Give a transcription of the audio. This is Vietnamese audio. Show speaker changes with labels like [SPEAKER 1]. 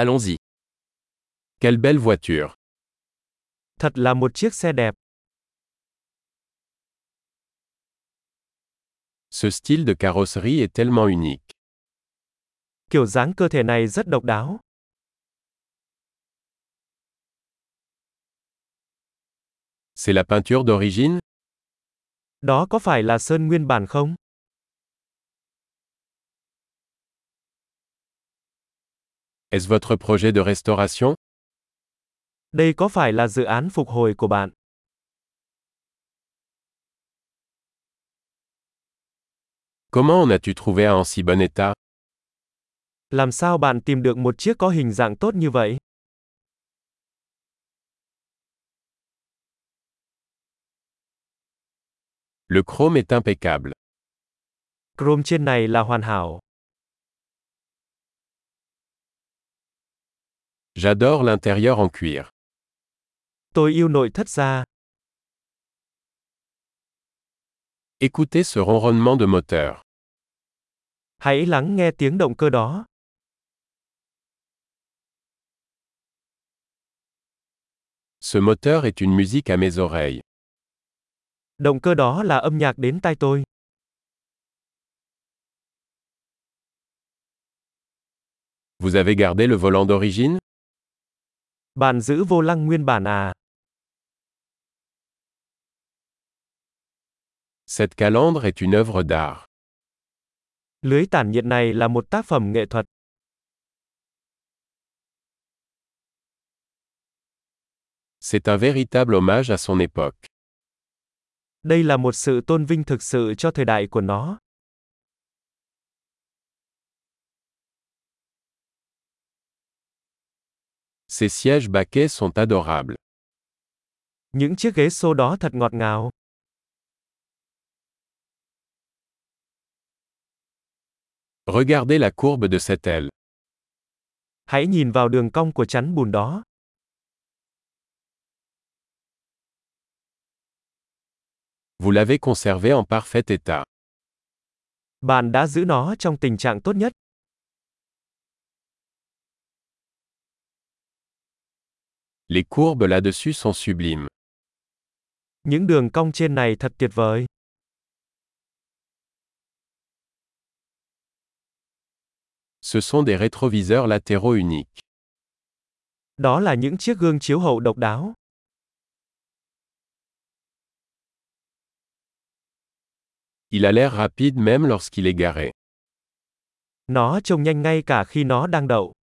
[SPEAKER 1] Allons-y. Quelle belle voiture.
[SPEAKER 2] Thật là một chiếc xe đẹp.
[SPEAKER 1] Ce style de carrosserie est tellement unique.
[SPEAKER 2] Kiểu dáng cơ thể này rất độc đáo.
[SPEAKER 1] C'est la peinture d'origine
[SPEAKER 2] Đó có phải là sơn nguyên bản không?
[SPEAKER 1] Est-ce votre projet de restauration
[SPEAKER 2] Đây có phải là dự án phục hồi của bạn?
[SPEAKER 1] Comment en as-tu trouvé un en si bon état
[SPEAKER 2] Làm sao bạn tìm được một chiếc có hình dạng tốt như vậy?
[SPEAKER 1] Le chrome est impeccable.
[SPEAKER 2] Chrome trên này là hoàn hảo.
[SPEAKER 1] J'adore l'intérieur en cuir.
[SPEAKER 2] Tôi yêu nội thất da.
[SPEAKER 1] Écoutez ce ronronnement de moteur.
[SPEAKER 2] Hãy lắng nghe tiếng động cơ đó.
[SPEAKER 1] Ce moteur est une musique à mes oreilles.
[SPEAKER 2] Động cơ đó là âm nhạc đến tai tôi.
[SPEAKER 1] Vous avez gardé le volant d'origine
[SPEAKER 2] Bạn giữ vô lăng nguyên bản à?
[SPEAKER 1] Cette calandre est une œuvre d'art.
[SPEAKER 2] Lưới tản nhiệt này là một tác phẩm nghệ thuật.
[SPEAKER 1] C'est un véritable hommage à son époque.
[SPEAKER 2] Đây là một sự tôn vinh thực sự cho thời đại của nó.
[SPEAKER 1] Ces sièges baquets sont adorables.
[SPEAKER 2] Những chiếc ghế xô đó thật ngọt ngào.
[SPEAKER 1] Regardez la courbe de cette aile.
[SPEAKER 2] Hãy nhìn vào đường cong của chắn bùn đó.
[SPEAKER 1] Vous l'avez conservé en parfait état.
[SPEAKER 2] Bạn đã giữ nó trong tình trạng tốt nhất.
[SPEAKER 1] Les courbes là-dessus sont sublimes.
[SPEAKER 2] Những đường cong trên này thật tuyệt vời.
[SPEAKER 1] Ce sont des rétroviseurs latéraux uniques.
[SPEAKER 2] Đó là những chiếc gương chiếu hậu độc đáo.
[SPEAKER 1] Il a l'air rapide même lorsqu'il est garé.
[SPEAKER 2] Nó trông nhanh ngay cả khi nó đang đậu.